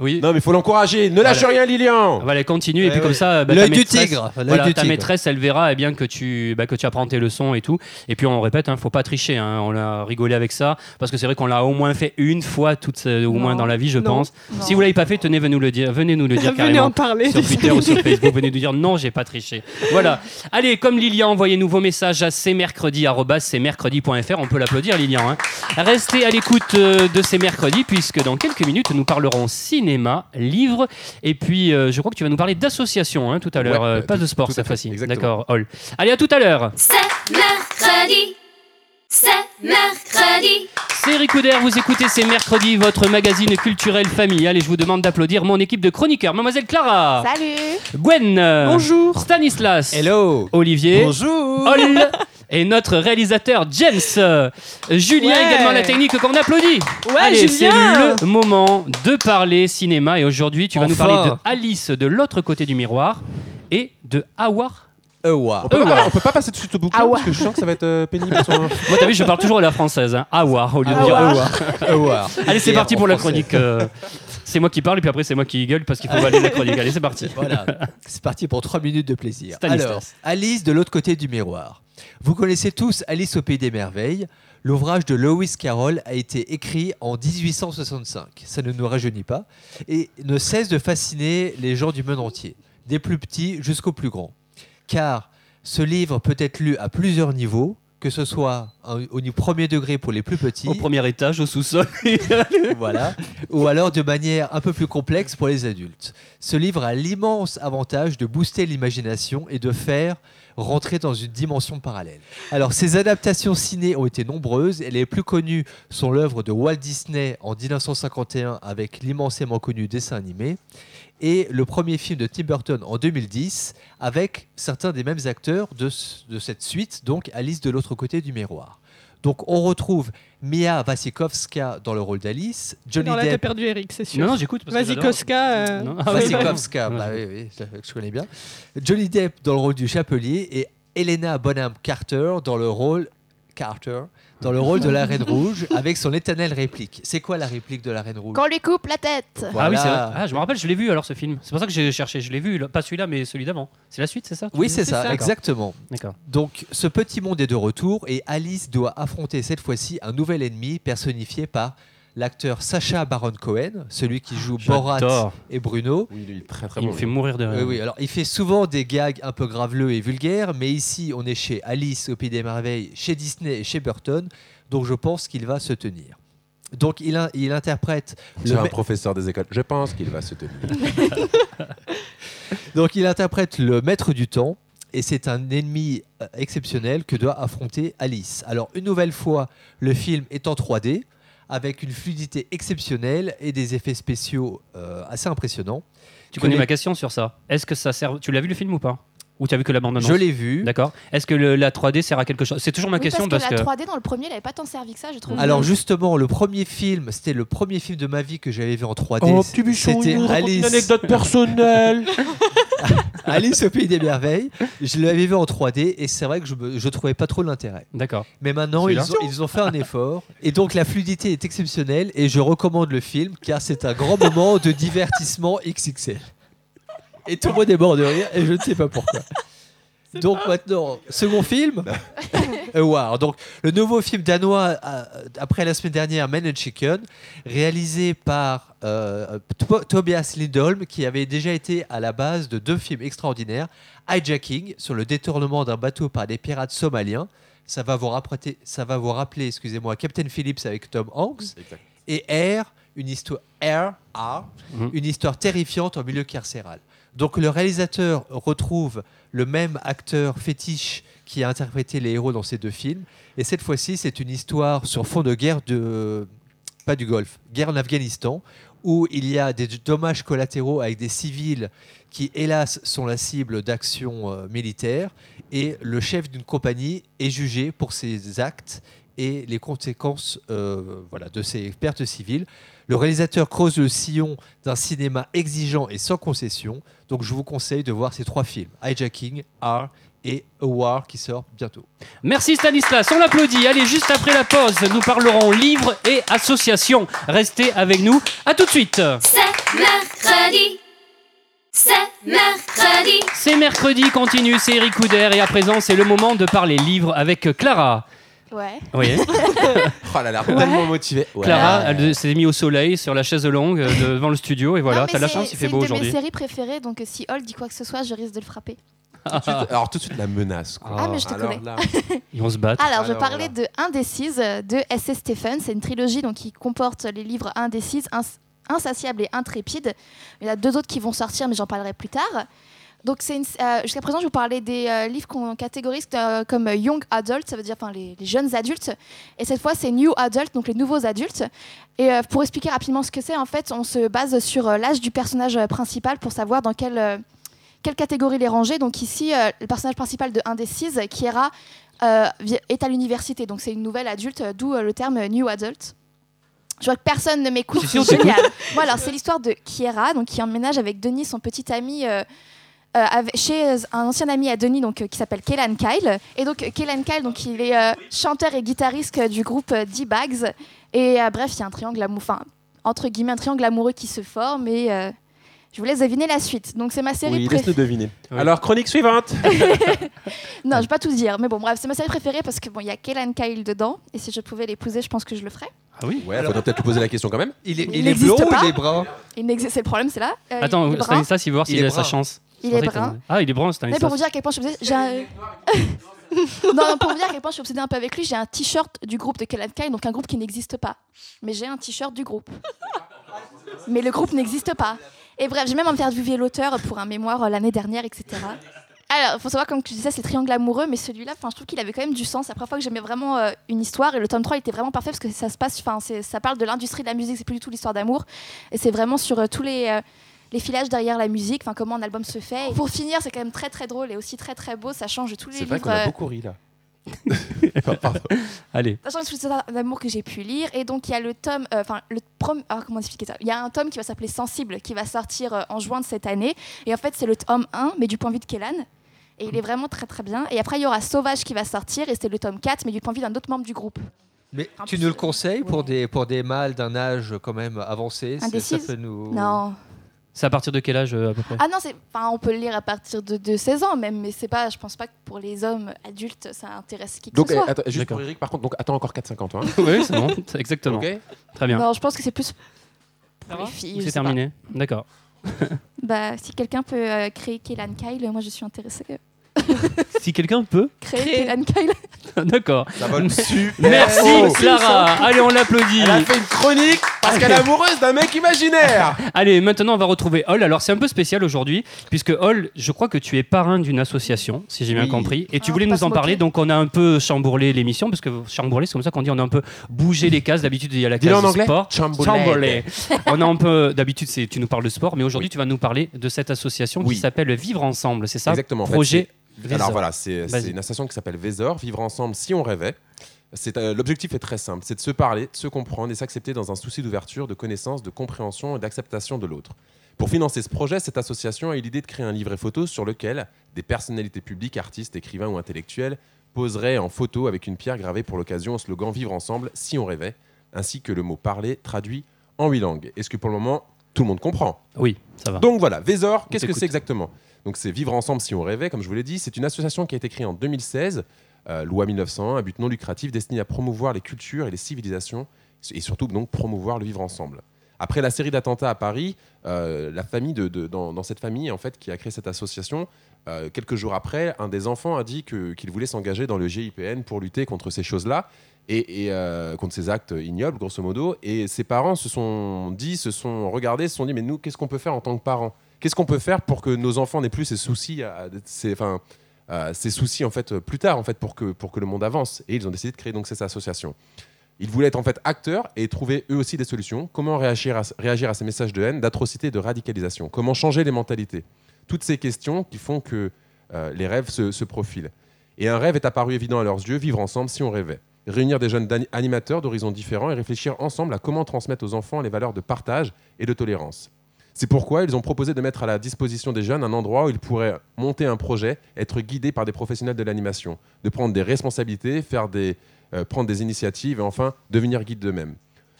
D: Non, mais faut l'encourager. Ne lâche
C: Voilà.
D: rien, Lilian.
C: Voilà, continue. Et puis
D: Ouais,
C: comme
D: ouais.
C: ça, bah,
D: L'œil
C: ta
D: du
C: maîtresse-
D: tigre, l'œil
C: voilà,
D: du
C: ta
D: tigre.
C: maîtresse, elle verra eh bien que tu, bah, que tu apprends tes leçons et tout. Et puis on répète, hein, faut pas tricher. hein, on a rigolé avec ça parce que c'est vrai qu'on l'a au moins fait une fois, toute, ce- au moins dans la vie, je
F: non,
C: pense. Si vous l'avez pas fait, tenez, venez nous le dire. Venez nous le dire
F: Venez
C: carrément
F: en parler,
C: sur
F: désolé.
C: Twitter ou sur Facebook. Venez nous dire non, j'ai pas triché. Voilà. Allez, comme Lilian, envoyez-nous vos messages à cmercredi@cmercredi.fr. On peut l'applaudir, Lilian. hein. Restez à l'écoute euh, de ces mercredis puisque dans quelques minutes nous parlerons cinéma, livres et puis euh, je crois que tu vas nous parler d'associations hein, tout à l'heure,
D: Ouais,
C: euh,
D: euh,
C: pas de sport
D: tout à
C: cette
D: fait,
C: fois-ci.
D: exactement.
C: D'accord. Hall. Allez, à tout à l'heure.
B: C'est mercredi. C'est mercredi.
C: C'est Ricoudère, vous écoutez C'est mercredi, votre magazine culturel familial et je vous demande d'applaudir mon équipe de chroniqueurs, mademoiselle Clara.
E: Salut
C: Gwen. euh,
F: Bonjour.
C: Stanislas.
J: Hello.
C: Olivier.
J: Bonjour.
C: Hall. Et notre réalisateur James. Euh, Julien
F: Ouais.
C: également à la technique qu'on applaudit.
F: Ouais,
C: Allez, c'est
F: Julien.
C: le moment de parler cinéma et aujourd'hui tu vas nous
J: Enfin.
C: parler de Alice de l'autre côté du miroir et de Awar.
J: Awar.
D: On peut, pas, Euh, on peut pas passer tout de suite au bouquin
C: Ah ouais.
D: parce que je sens que ça va être euh, pénible. sur-
C: Moi, t'as vu, je parle toujours à la française. Hein. Awar, au lieu de dire
D: Awar.
C: Awar.
J: Awar.
C: Allez, c'est
J: Et
C: parti
J: en
C: pour la
J: français.
C: chronique. euh, c'est moi qui parle, et puis après, c'est moi qui gueule parce qu'il faut valider la chronique. Allez, c'est parti.
J: Voilà, c'est parti pour 3 minutes de plaisir.
C: Stanislas.
J: Alors, Alice de l'autre côté du miroir. Vous connaissez tous Alice au pays des merveilles. L'ouvrage de Lewis Carroll a été écrit en 1865. Ça ne nous rajeunit pas et ne cesse de fasciner les gens du monde entier, des plus petits jusqu'aux plus grands. Car ce livre peut être lu à plusieurs niveaux, que ce soit un- au ni- premier degré pour les plus petits. Au
C: premier étage, au sous-sol.
J: voilà. Ou alors de manière un peu plus complexe pour les adultes. Ce livre a l'immense avantage de booster l'imagination et de faire rentrer dans une dimension parallèle. Alors, ces adaptations ciné ont été nombreuses et les plus connues sont l'œuvre de Walt Disney en 1951 avec l'immensément connu dessin animé et le premier film de Tim Burton en 2010 avec certains des mêmes acteurs de, ce- de cette suite, donc Alice de l'autre côté du miroir. Donc on retrouve Mia Vasikowska dans le rôle d'Alice, Johnny
F: Non, là, t'as
J: Depp
F: perdu Eric, c'est sûr.
J: Non, non,
C: j'écoute parce que j'adore.
F: Vasikowska. euh,
C: Non. Ah oui,
J: Vasikowska,
C: pardon.
J: bah oui, oui, je, je connais bien. Johnny Depp dans le rôle du chapelier et Elena Bonham Carter dans le rôle Carter dans le rôle de la Reine Rouge avec son éternelle réplique. C'est quoi la réplique de la Reine Rouge
E: Qu'on lui coupe la tête
C: Ah oui,
J: Voilà.
C: c'est vrai. Ah, je me rappelle, je l'ai vu alors ce film. C'est pour ça que j'ai cherché. Je l'ai vu, là. pas celui-là, mais celui d'avant. C'est la suite, c'est ça
J: Oui, c'est ça,
C: D'accord.
J: exactement.
C: D'accord.
J: Donc, ce petit monde est de retour et Alice doit affronter cette fois-ci un nouvel ennemi personnifié par l'acteur Sacha Baron Cohen, celui qui joue
C: Ah, J'adore.
J: Borat et Bruno.
D: Oui, lui, il est très très
C: Il
D: bon,
C: me
D: lui.
C: fait mourir de rire.
J: Oui, oui, alors il fait souvent des gags un peu graveleux et vulgaires, mais ici on est chez Alice au Pays des Merveilles, chez Disney et chez Burton, donc je pense qu'il va se tenir. Donc il, in- il interprète
D: C'est un
J: me-
D: professeur des écoles. Je pense qu'il va se tenir.
J: Donc il interprète le maître du temps et c'est un ennemi euh, exceptionnel que doit affronter Alice. Alors une nouvelle fois, le film est en 3D avec une fluidité exceptionnelle et des effets spéciaux euh, assez impressionnants.
C: Tu connais ma question sur ça. Est-ce que ça sert Tu l'as vu le film ou pas Ou tu as vu que la bande annonce
J: Je l'ai vu.
C: D'accord. Est-ce que le- la 3D sert à quelque chose C'est toujours ma
E: Oui,
C: question
E: parce que, la 3D dans le premier, elle avait pas tant servi que ça, je trouve.
J: Alors justement, le premier film, c'était le premier film de ma vie que j'avais vu en 3D. c'était Alice.
D: personnelle.
J: Alice au pays des merveilles. Je l'avais vu en 3D et c'est vrai que je, me- je trouvais pas trop l'intérêt.
C: D'accord.
J: Mais maintenant, ils
C: Celui-là.
J: ont, ils ont fait un effort. Et donc, la fluidité est exceptionnelle. Et je recommande le film car c'est un grand moment de divertissement XXL. Et tout le monde est mort de rire et je ne sais pas pourquoi. Donc maintenant, second film, A War. Donc le nouveau film danois euh, après la semaine dernière, Men and Chicken, réalisé par euh, To- Tobias Lindholm, qui avait déjà été à la base de deux films extraordinaires, Hijacking sur le détournement d'un bateau par des pirates somaliens. Ça va vous rappeler, ça va vous rappeler, excusez-moi, Captain Phillips avec Tom Hanks. Et Air, une histoire Air, R, une histoire terrifiante en milieu carcéral. Donc le réalisateur retrouve le même acteur fétiche qui a interprété les héros dans ces deux films. Et cette fois-ci, c'est une histoire sur fond de guerre de pas du Golfe, guerre en Afghanistan, où il y a des dommages collatéraux avec des civils qui, hélas, sont la cible d'actions euh, militaires. Et le chef d'une compagnie est jugé pour ses actes et les conséquences euh, voilà, de ces pertes civiles. Le réalisateur creuse le sillon d'un cinéma exigeant et sans concession. Donc je vous conseille de voir ces trois films, Hijacking, R et A War, qui sort bientôt.
C: Merci Stanislas, on l'applaudit. Allez, juste après la pause, nous parlerons livres et associations. Restez avec nous, à tout de suite.
B: C'est mercredi. C'est mercredi.
C: C'est mercredi, continue, c'est Eric Couder et à présent c'est le moment de parler livres avec Clara.
E: Ouais.
C: Oui.
D: oh là là, tellement motivé. Ouais.
C: Clara, elle s'est mise au soleil sur la chaise longue euh, devant le studio et voilà,
E: Non, mais
C: t'as la
E: c'est-
C: chance, il
E: c'est
C: fait beau
E: une de mes
C: aujourd'hui.
E: séries préférées, donc euh, si Hall dit quoi que ce soit, je risque de le frapper.
D: Tout de suite- alors tout de suite la menace. quoi.
C: Oh,
E: Ah, mais je te
D: Alors
E: connais.
D: là-
C: Ils vont se battre.
E: Alors, je parlais de Indécise euh, de S.S. Stephen. C'est une trilogie donc, qui comporte les livres Indécise, Ins- Insatiable et Intrépide. Il y en a deux autres qui vont sortir, mais j'en parlerai plus tard. Donc, c'est une- euh, jusqu'à présent, je vous parlais des euh, livres qu'on catégorise euh, comme euh, Young Adult, ça veut dire enfin, les, les jeunes adultes. Et cette fois, c'est New Adult, donc les nouveaux adultes. Et euh, pour expliquer rapidement ce que c'est, en fait, on se base sur euh, l'âge du personnage euh, principal pour savoir dans quel. euh, quelle catégorie les ranger. Donc ici, euh, le personnage principal de Indécise, Kiera, euh, vi- est à l'université. Donc c'est une nouvelle adulte, euh, d'où euh, le terme euh, New Adult. Je vois que personne ne m'écoute.
C: Si, si, on
E: c'est génial.
C: t'écoute.
E: Bon, alors, c'est l'histoire de Kiera, donc, qui emménage avec Denis, son petit ami, euh, euh, avec- chez euh, un ancien ami à Denis, donc, euh, qui s'appelle Kellan Kyle. Et donc, euh, Kellan Kyle, donc, il est euh, chanteur et guitariste euh, du groupe euh, D-Bags. Et euh, bref, il y a un triangle amoureux, enfin, entre guillemets, un triangle amoureux qui se forme. Et euh, je vous laisse deviner la suite. Donc, c'est ma série
D: Oui,
E: préférée.
D: laisse-le deviner. Alors chronique suivante.
E: Non, je vais pas tout dire, mais bon, bref, c'est ma série préférée parce que bon, il y a Kellan Kyle dedans, et si je pouvais l'épouser, je pense que je le ferais.
C: Ah oui.
D: Ouais, faudrait peut-être lui poser la question quand même.
J: Il est,
E: il est blond ou il est
J: brun
E: Il n'existe, c'est le problème, c'est là. Euh,
C: Attends,
E: il est brun.
C: Stanislas, il veut voir s'il
J: Il est
C: a sa
J: brun.
C: chance.
E: Il
C: Je
E: est
C: pensais que
E: brun.
C: t'en- Ah, il est brun
E: Mais pour
C: Stanislas.
E: vous dire à quel point je suis obsédée, j'ai un... non, non, pour vous dire à quel point je suis obsédée un peu avec lui, j'ai un t-shirt du groupe de Kellan Kyle, donc un groupe qui n'existe pas. Mais j'ai un t-shirt du groupe. Mais le groupe n'existe pas. Et bref, j'ai même interviewé l'auteur pour un mémoire euh, l'année dernière, etc. Alors, faut savoir, comme tu disais, c'est le triangle amoureux, mais celui-là, enfin, je trouve qu'il avait quand même du sens. La première fois que j'aimais vraiment euh, une histoire, et le tome 3 il était vraiment parfait parce que ça se passe, enfin, c'est- ça parle de l'industrie de la musique, c'est plus du tout l'histoire d'amour, et c'est vraiment sur euh, tous les. euh, les filages derrière la musique, enfin comment un album se fait. Et pour finir, c'est quand même très très drôle et aussi très très beau. Ça change tous les
D: C'est
E: livres.
D: vrai qu'on a
E: euh,
D: beaucoup ri là. Pardon.
C: Allez.
E: ça change tous les histoires d'amour que j'ai pu lire. Et donc il y a le tome, euh, enfin le prom- ah, comment expliquer ça Il y a un tome qui va s'appeler Sensible, qui va sortir euh, en juin de cette année. Et en fait, c'est le tome 1, mais du point de vue de Kellan. Et il est vraiment très très bien. Et après, il y aura Sauvage qui va sortir, et c'est le tome 4, mais du point de vue d'un autre membre du groupe.
J: Mais tu nous le conseilles pour des, pour des mâles d'un âge quand même avancé ça- ça
E: Indécise
J: peut nous...
E: Non.
C: C'est à partir de quel âge euh, à peu près
E: Ah non, c'est, enfin, on peut le lire à partir de, de 16 ans même, mais c'est pas, je pense pas que pour les hommes adultes, ça intéresse qui que
D: Donc
E: ce soit.
D: eh, attends, juste pour Eric par contre, donc attends encore 4,50 toi. hein.
C: Oui, c'est bon, c'est exactement.
D: Ok.
C: Très bien.
E: Non, je pense que c'est plus pour les filles. je
C: C'est
E: sais pas.
C: terminé. D'accord.
E: Bah, si quelqu'un peut euh, créer Kellan Kyle, moi je suis intéressée.
C: Si quelqu'un peut.
E: Créer Kellan Kyle.
C: D'accord.
D: Ça va super.
C: Merci
D: haut.
C: Clara. Allez, on l'applaudit.
D: Oh, Elle a fait une chronique parce qu'elle est amoureuse d'un mec imaginaire.
C: Allez, maintenant on va retrouver Hall. Alors c'est un peu spécial aujourd'hui puisque Hall, je crois que tu es parrain d'une association, si j'ai bien
D: Oui.
C: compris, et tu
E: Ah,
C: voulais
E: on peut
C: nous
E: pas
C: en
E: se
C: parler.
E: moquer.
C: Donc on a un peu chambourlé l'émission parce que chambourlé, c'est comme ça qu'on dit, on a un peu bougé les cases. D'habitude il y a la
D: Dis-le
C: case
D: en anglais.
C: sport.
D: Chambourlé.
C: on a un peu d'habitude c'est tu nous parles de sport, mais aujourd'hui tu vas nous parler de cette association
D: Oui.
C: qui s'appelle Vivre ensemble, c'est ça
D: Exactement. en fait,
C: Projet.
D: c'est- Alors
C: Vésor.
D: voilà, c'est
C: Vas-y.
D: c'est une association qui s'appelle Vésor, Vivre ensemble si on rêvait. C'est, euh, L'objectif est très simple, c'est de se parler, de se comprendre et s'accepter dans un souci d'ouverture, de connaissance, de compréhension et d'acceptation de l'autre. Pour financer ce projet, cette association a eu l'idée de créer un livret photo sur lequel des personnalités publiques, artistes, écrivains ou intellectuels poseraient en photo avec une pierre gravée pour l'occasion au slogan Vivre ensemble si on rêvait, ainsi que le mot parler traduit en huit langues. Est-ce que pour le moment tout le monde comprend
C: Oui, ça va.
D: donc voilà, Vésor, qu'est-ce que
C: t'écoute.
D: c'est exactement Donc c'est Vivre ensemble si on rêvait, comme je vous l'ai dit. C'est une association qui a été créée en 2016, euh, loi 1901, à but non lucratif destiné à promouvoir les cultures et les civilisations et surtout donc promouvoir le vivre ensemble. Après la série d'attentats à Paris, euh, la famille de, de- dans, dans cette famille en fait qui a créé cette association, euh, quelques jours après, un des enfants a dit que- qu'il voulait s'engager dans le GIPN pour lutter contre ces choses-là et, et, euh, contre ces actes ignobles, grosso modo. Et ses parents se sont dit, se sont regardés, se sont dit mais nous, qu'est-ce qu'on peut faire en tant que parents Qu'est-ce qu'on peut faire pour que nos enfants n'aient plus ces soucis, à- à- ces, enfin, euh, ces soucis en fait euh, plus tard en fait pour que pour que le monde avance et ils ont décidé de créer donc cette association. Ils voulaient être en fait acteurs et trouver eux aussi des solutions. Comment réagir à, réagir à ces messages de haine, d'atrocité, de radicalisation Comment changer les mentalités Toutes ces questions qui font que euh, les rêves se, se profilent. Et un rêve est apparu évident à leurs yeux, vivre ensemble si on rêvait. Réunir des jeunes d'ani- animateurs d'horizons différents et réfléchir ensemble à comment transmettre aux enfants les valeurs de partage et de tolérance. C'est pourquoi ils ont proposé de mettre à la disposition des jeunes un endroit où ils pourraient monter un projet, être guidés par des professionnels de l'animation, de prendre des responsabilités, faire des, euh, prendre des initiatives et enfin devenir guide d'eux-mêmes.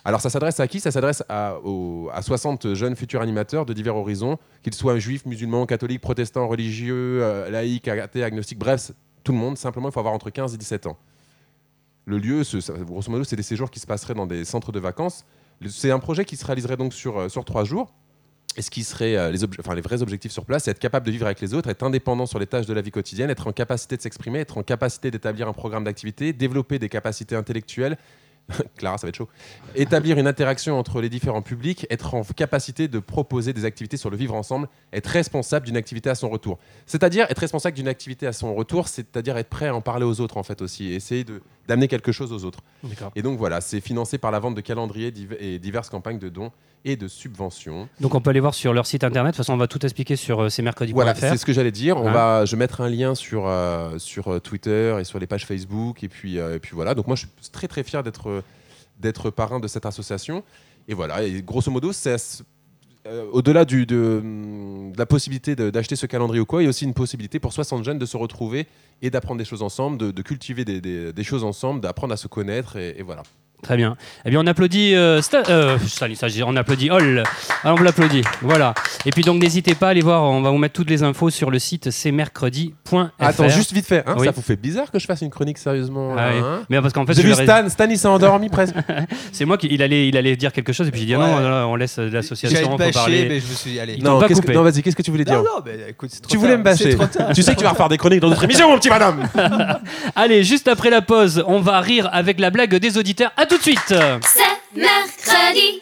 D: Alors ça s'adresse à qui Ça s'adresse à, aux- à 60 jeunes futurs animateurs de divers horizons, qu'ils soient juifs, musulmans, catholiques, protestants, religieux, euh, laïcs, athées, agnostiques, bref, c'est- tout le monde. Simplement, il faut avoir entre 15 et 17 ans le lieu, ce- ça- grosso modo, c'est des séjours qui se passeraient dans des centres de vacances. Le- C'est un projet qui se réaliserait donc sur, euh, sur trois jours. Et ce qui serait euh, les, obje- enfin, les vrais objectifs sur place, c'est être capable de vivre avec les autres, être indépendant sur les tâches de la vie quotidienne, être en capacité de s'exprimer, être en capacité d'établir un programme d'activité, développer des capacités intellectuelles. Clara, ça va être chaud. Établir une interaction entre les différents publics, être en capacité de proposer des activités sur le vivre ensemble, être responsable d'une activité à son retour. C'est-à-dire être responsable d'une activité à son retour, c'est-à-dire être prêt à en parler aux autres en fait aussi, et essayer de- d'amener quelque chose aux autres.
C: D'accord.
D: Et donc voilà, c'est financé par la vente de calendriers div- et diverses campagnes de dons et de subventions.
C: Donc on peut aller voir sur leur site internet. De toute façon, on va tout expliquer sur euh, cmercredi.fr.
D: Voilà, c'est ce que j'allais dire. On
C: Hein.
D: va, je vais mettre un lien sur, euh, sur euh, Twitter et sur les pages Facebook. Et puis, euh, et puis voilà. Donc moi, je suis très très fier d'être euh, d'être parrain de cette association. Et voilà. Et grosso modo, c'est à ce- euh, au-delà du, de, hum, de la possibilité de- d'acheter ce calendrier ou quoi, il y a aussi une possibilité pour 60 jeunes de se retrouver et d'apprendre des choses ensemble, de, de cultiver des, des- des choses ensemble, d'apprendre à se connaître. Et, et voilà.
C: Très bien. Eh bien, on applaudit. Euh, Sta- euh, ça, ça, j'ai- on applaudit Hall. Alors, on l'applaudit. Voilà. Et puis, donc, n'hésitez pas à aller voir. On va vous mettre toutes les infos sur le site cmercredi.fr.
D: Attends, juste vite fait. hein,
C: Oui.
D: Ça vous fait bizarre que je fasse une chronique sérieusement
C: Ah
D: là,
C: oui.
D: hein
C: Mais parce qu'en fait,
D: J'ai
C: je
D: vu
C: l'ai-
D: Stan. Stan, il s'est endormi presque.
C: C'est moi qui il allait, il allait dire quelque chose et puis j'ai dit ah non,
J: Ouais.
C: non, non, on laisse
J: J'allais
C: l'association
J: te
C: faut
J: bâcher,
C: parler.
J: mais je me suis dit, allez.
C: Ils t'ont
D: Non,
C: pas
D: qu'est-ce que-
C: coupé.
D: non, vas-y, qu'est-ce que tu voulais dire
J: Non, non, mais écoute, c'est trop
D: Tu
J: tard.
D: voulais me
J: C'est
D: bâcher.
J: trop tard.
D: Tu sais que tu vas refaire des chroniques dans notre émission, mon petit madame.
C: Allez, juste après la pause, on va rire avec la blague des auditeurs. À tout de suite.
B: C'est mercredi.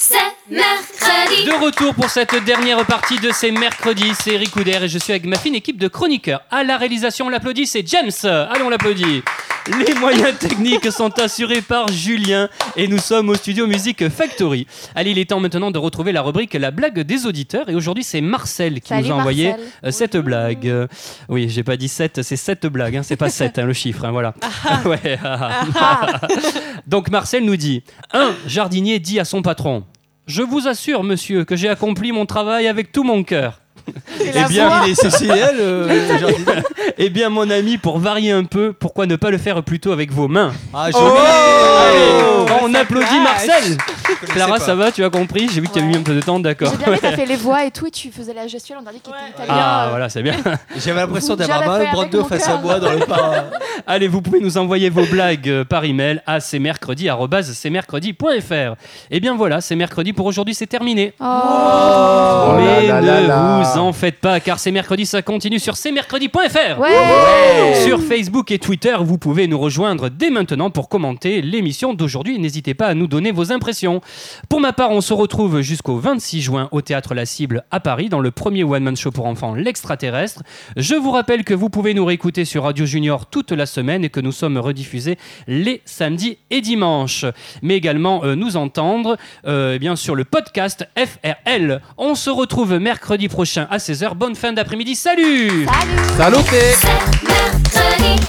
B: C'est mercredi.
C: De retour pour cette dernière partie de ces mercredis, c'est Ricoudère et je suis avec ma fine équipe de chroniqueurs. À la réalisation, on l'applaudit, c'est James. Allez, on l'applaudit. Les moyens techniques sont assurés par Julien et nous sommes au studio Music Factory. Allez, il est temps maintenant de retrouver la rubrique La blague des auditeurs et aujourd'hui c'est Marcel qui
E: Salut,
C: nous a envoyé
E: Marcel.
C: euh, cette blague. Euh, Oui, j'ai pas dit 7, c'est 7 blagues, hein, c'est pas 7 le chiffre, hein, voilà. Ouais, ah, ah. Donc Marcel nous dit un jardinier dit à son patron Je vous assure, monsieur, que j'ai accompli mon travail avec tout mon cœur.
J: Eh bien, il est CCL, euh, le jardinier.
C: Eh bien, mon ami, pour varier un peu, pourquoi ne pas le faire plutôt avec vos mains
J: Ah,
C: Oh
J: joli.
C: Allez, On applaudit Marcel
J: Je connaissais
C: Clara,
J: pas.
C: ça va, tu as compris J'ai vu que tu as mis
E: Ouais.
C: un peu de temps, d'accord.
E: J'ai bien vu, t'as fait les voix et tout, et tu faisais la gestuelle, on aurait dit qu'il était italien.
C: Ah,
E: euh,
C: voilà, c'est bien.
J: J'avais l'impression
E: Vous
J: d'avoir
E: l'avez fait
J: mal
E: avec
J: Brando
E: mon
J: face à
E: cœur.
J: moi dans le parc.
C: Allez, vous pouvez nous envoyer vos blagues euh, par email à cmercredi.fr. Eh bien voilà, c'est mercredi pour aujourd'hui, c'est terminé.
E: Oh.
A: Oh là
C: Mais
A: là
C: ne
A: là là.
C: vous en faites pas, car c'est mercredi, ça continue sur cmercredi.fr.
E: Ouais.
C: Sur Facebook et Twitter, vous pouvez nous rejoindre dès maintenant pour commenter l'émission d'aujourd'hui. N'hésitez pas à nous donner vos impressions. Pour ma part, on se retrouve jusqu'au 26 juin au théâtre La Cible à Paris dans le premier One Man Show pour enfants, L'Extraterrestre. Je vous rappelle que vous pouvez nous réécouter sur Radio Junior toute la semaine et que nous sommes rediffusés les samedis et dimanches. Mais également euh, nous entendre euh, eh bien sur le podcast FRL. On se retrouve mercredi prochain à 16h. Bonne fin d'après-midi. Salut
E: Salut
D: Salut
B: C'est mercredi.